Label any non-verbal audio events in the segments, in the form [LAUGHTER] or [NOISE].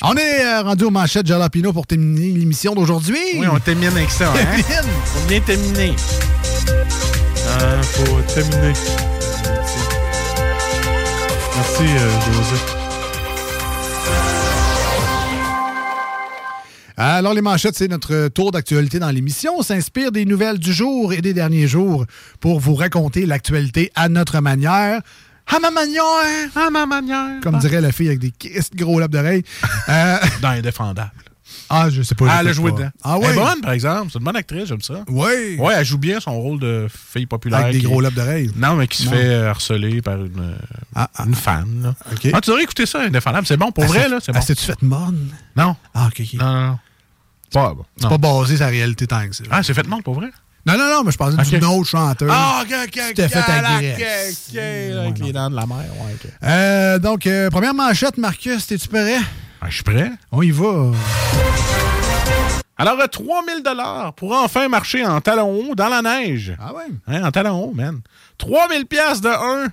On est euh, rendu aux manchettes Jalapino pour terminer l'émission d'aujourd'hui. Oui, on termine avec ça. Hein? Faut bien terminer. Ah, faut terminer. Merci. Merci, euh, José. Alors, les manchettes, c'est notre tour d'actualité dans l'émission. On s'inspire des nouvelles du jour et des derniers jours pour vous raconter l'actualité à notre manière. À ma manière! Ah, ma manière. Comme dirait la fille avec des kisses de gros lobes d'oreilles. Euh, Dans Indéfendable. ah, je sais pas. je Ah, elle a sais joué pas. dedans. Ah, oui. Elle est bonne, par exemple. C'est une bonne actrice, j'aime ça. Oui. Ouais, elle joue bien son rôle de fille populaire. Avec des qui- gros lobes d'oreilles. Non, mais qui se Non. fait euh, harceler par une, euh, Ah, ah. une fan. là. Ok. Ah, Ah, tu devrais écouter ça, Indéfendable. C'est bon, pour Elle vrai, s'est- là. C'est elle bon. s'est-tu faite morne? Non. Ah, ok, ok. Non, non, non. Pas bon. C'est Non. pas basé sur la réalité tant que ça. Ah, c'est fait mal, pour vrai? Non, non, non, mais je pensais Ok. Ah, d'une autre chanteuse. ok, ok, ok. t'es fait là, agresser. ok, ok, là, Avec les dents de la mer, ouais, ok. Euh, donc, euh, première manchette, Marcus, t'es-tu prêt? Ah, je suis prêt. On y va. Alors, euh, 3000 dollars pour enfin marcher en talons hauts dans la neige. Ah ouais? Hein, en talons hauts, man. 3000 pièces de un.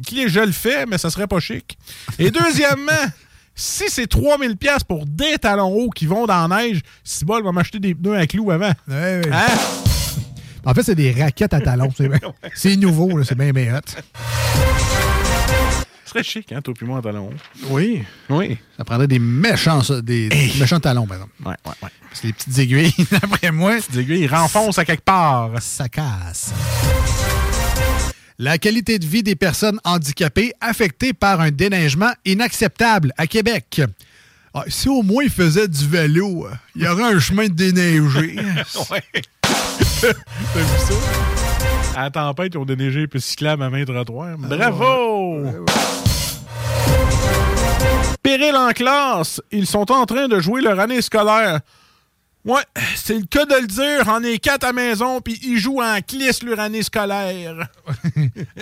Qui je le fais, mais ça serait pas chic. Et deuxièmement, [LAUGHS] si c'est 3000 pièces pour des talons hauts qui vont dans la neige, si bol va m'acheter des pneus à clous avant. Ouais, ouais. Hein? En fait, c'est des raquettes à talons. C'est, [LAUGHS] bien- c'est nouveau, là, c'est bien, bien hot. Ce serait chic, hein, toi puis moi en talons hauts. Oui. Oui. Ça prendrait des méchants, ça, des, des méchants talons, par exemple. Ouais, ouais, ouais. Parce que les petites aiguilles, [LAUGHS] d'après moi, Les aiguilles renfoncent à quelque part. ça casse. La qualité de vie des personnes handicapées affectées par un déneigement inacceptable à Québec. Ah, si au moins ils faisaient du vélo, il y aurait un chemin de [LAUGHS] déneigé. Ouais. T'as vu ça? À la tempête, ils ont déneigé puis cyclable à main trottoir. Bravo! Péril en classe, ils sont en train de jouer leur année scolaire. Ouais, c'est le cas de le dire, on est quatre à maison, puis ils jouent en clisse leur année scolaire.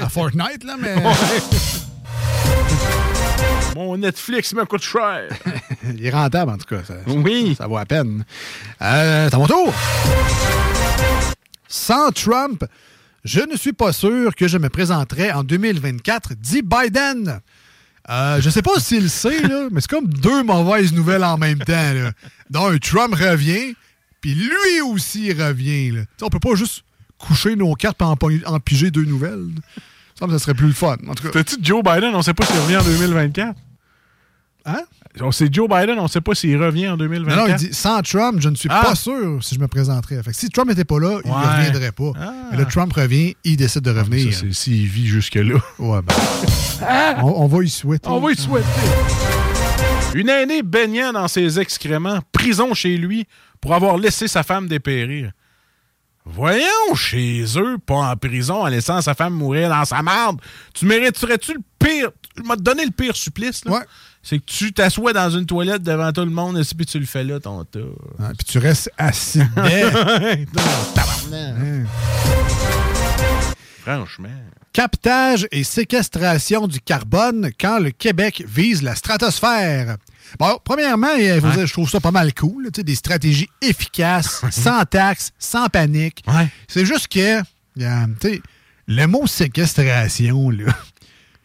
À Fortnite, là, mais Mon Netflix me coûte cher. il est rentable, en tout cas. ça- Oui. Ça vaut à peine. Euh, c'est à mon tour. Sans Trump, je ne suis pas sûr que je me présenterai en 2024, dit Biden. Euh, je sais pas s'il le sait, là, mais c'est comme deux mauvaises nouvelles en même temps. Là. Donc, Trump revient, puis lui aussi revient. Là. Tu sais, On peut pas juste coucher nos cartes et en, pogner- en piger deux nouvelles. Ça, me semble que ça serait plus le fun. En tout cas, T'as-tu Joe Biden? On sait pas s'il revient en 2024. hein? On sait Joe Biden, on sait pas s'il revient en 2024. Non, non, il dit sans Trump, je ne suis Ah. pas sûr si je me présenterais. Fait que si Trump n'était pas là, il ne Ouais. reviendrait pas. Ah. Mais là, Trump revient, il décide de revenir. Ça, c'est s'il vit jusque-là. Ah. Ouais, ben. on, on va y souhaiter. On va y souhaiter. Une aînée baignant dans ses excréments, prison chez lui pour avoir laissé sa femme dépérir. Voyons, chez eux, pas en prison en laissant sa femme mourir dans sa marde. Tu mériterais-tu le pire? Tu m'as donné le pire supplice, là. Ouais. C'est que tu t'assois dans une toilette devant tout le monde et puis tu le fais là, ton tas. Ah, Puis tu restes assis. [LAUGHS] Franchement. Captage et séquestration du carbone quand le Québec vise la stratosphère. Bon, premièrement, il faut dire, je trouve ça pas mal cool. là, tu sais, des stratégies efficaces, sans taxes, sans panique. Ouais. C'est juste que, euh, tu sais, le mot séquestration, là,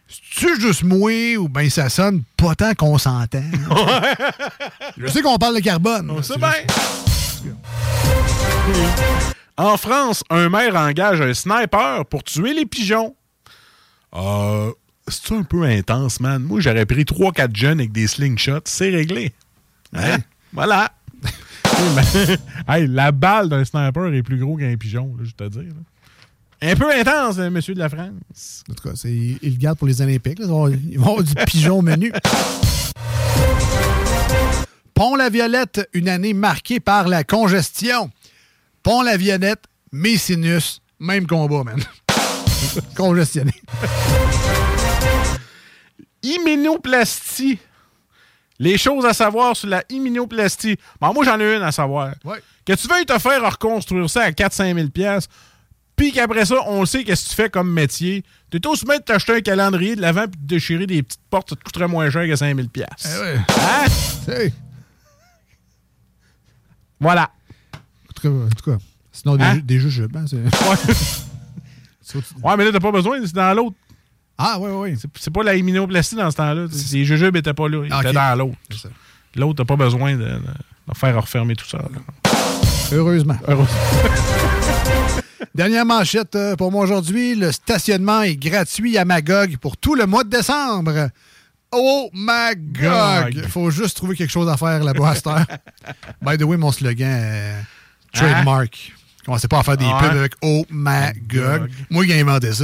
c'est-tu juste moi ou bien ça sonne pas tant qu'on s'entend? hein? je sais qu'on parle de carbone. là, C'est c'est bien. juste- En France, un maire engage un sniper pour tuer les pigeons. Euh, C'est un peu intense, man. Moi, j'aurais pris 3-4 jeunes avec des slingshots. C'est réglé. Hein? Voilà. [LAUGHS] hey, la balle d'un sniper est plus gros qu'un pigeon, là, je te dire. là. Un peu intense, hein, monsieur de la France. En tout cas, c'est- ils ils le gardent pour les Olympiques. là. Ils vont ils vont avoir du pigeon au menu. Pont-la-Violette, une année marquée par la congestion. Pont-la-Violette, Messinus, même combat, man. [LAUGHS] Congestionné. Immunoplastie. Les choses à savoir sur la immunoplastie. Bon, moi, j'en ai une à savoir. Ouais. Que tu veuilles te faire reconstruire ça à 4-5 000 piastres, puis qu'après ça, on le sait qu'est-ce que tu fais comme métier. T'es aussi maître de t'acheter un calendrier de l'avant puis de déchirer des petites portes, ça te coûterait moins cher que 5 000 piastres. Eh Hein? Hey. Voilà. En tout cas, en tout cas, sinon, des, Hein? jeux- des jeux, ben, je pense. [LAUGHS] Ouais. Ouais, mais là, t'as pas besoin, c'est dans l'autre. Ah, oui, oui. C'est- C'est pas la immunoplastie dans ce temps-là. Les jujubes étaient pas là, ils Ah, étaient ok. dans l'autre. C'est ça. L'autre, t'as pas besoin de, de- de faire refermer tout ça. là. Heureusement. Heureusement. [LAUGHS] Dernière manchette euh, pour moi aujourd'hui. Le stationnement est gratuit à Magog pour tout le mois de décembre. Oh Magog! Gog. Faut juste trouver quelque chose à faire là-bas à cette [LAUGHS] heure. By the way, mon slogan, Hein? euh, trademark. Commencez pas à faire des Ouais. pubs avec Oh Magog. Ah, hein? Magog. Moi, j'ai inventé ça.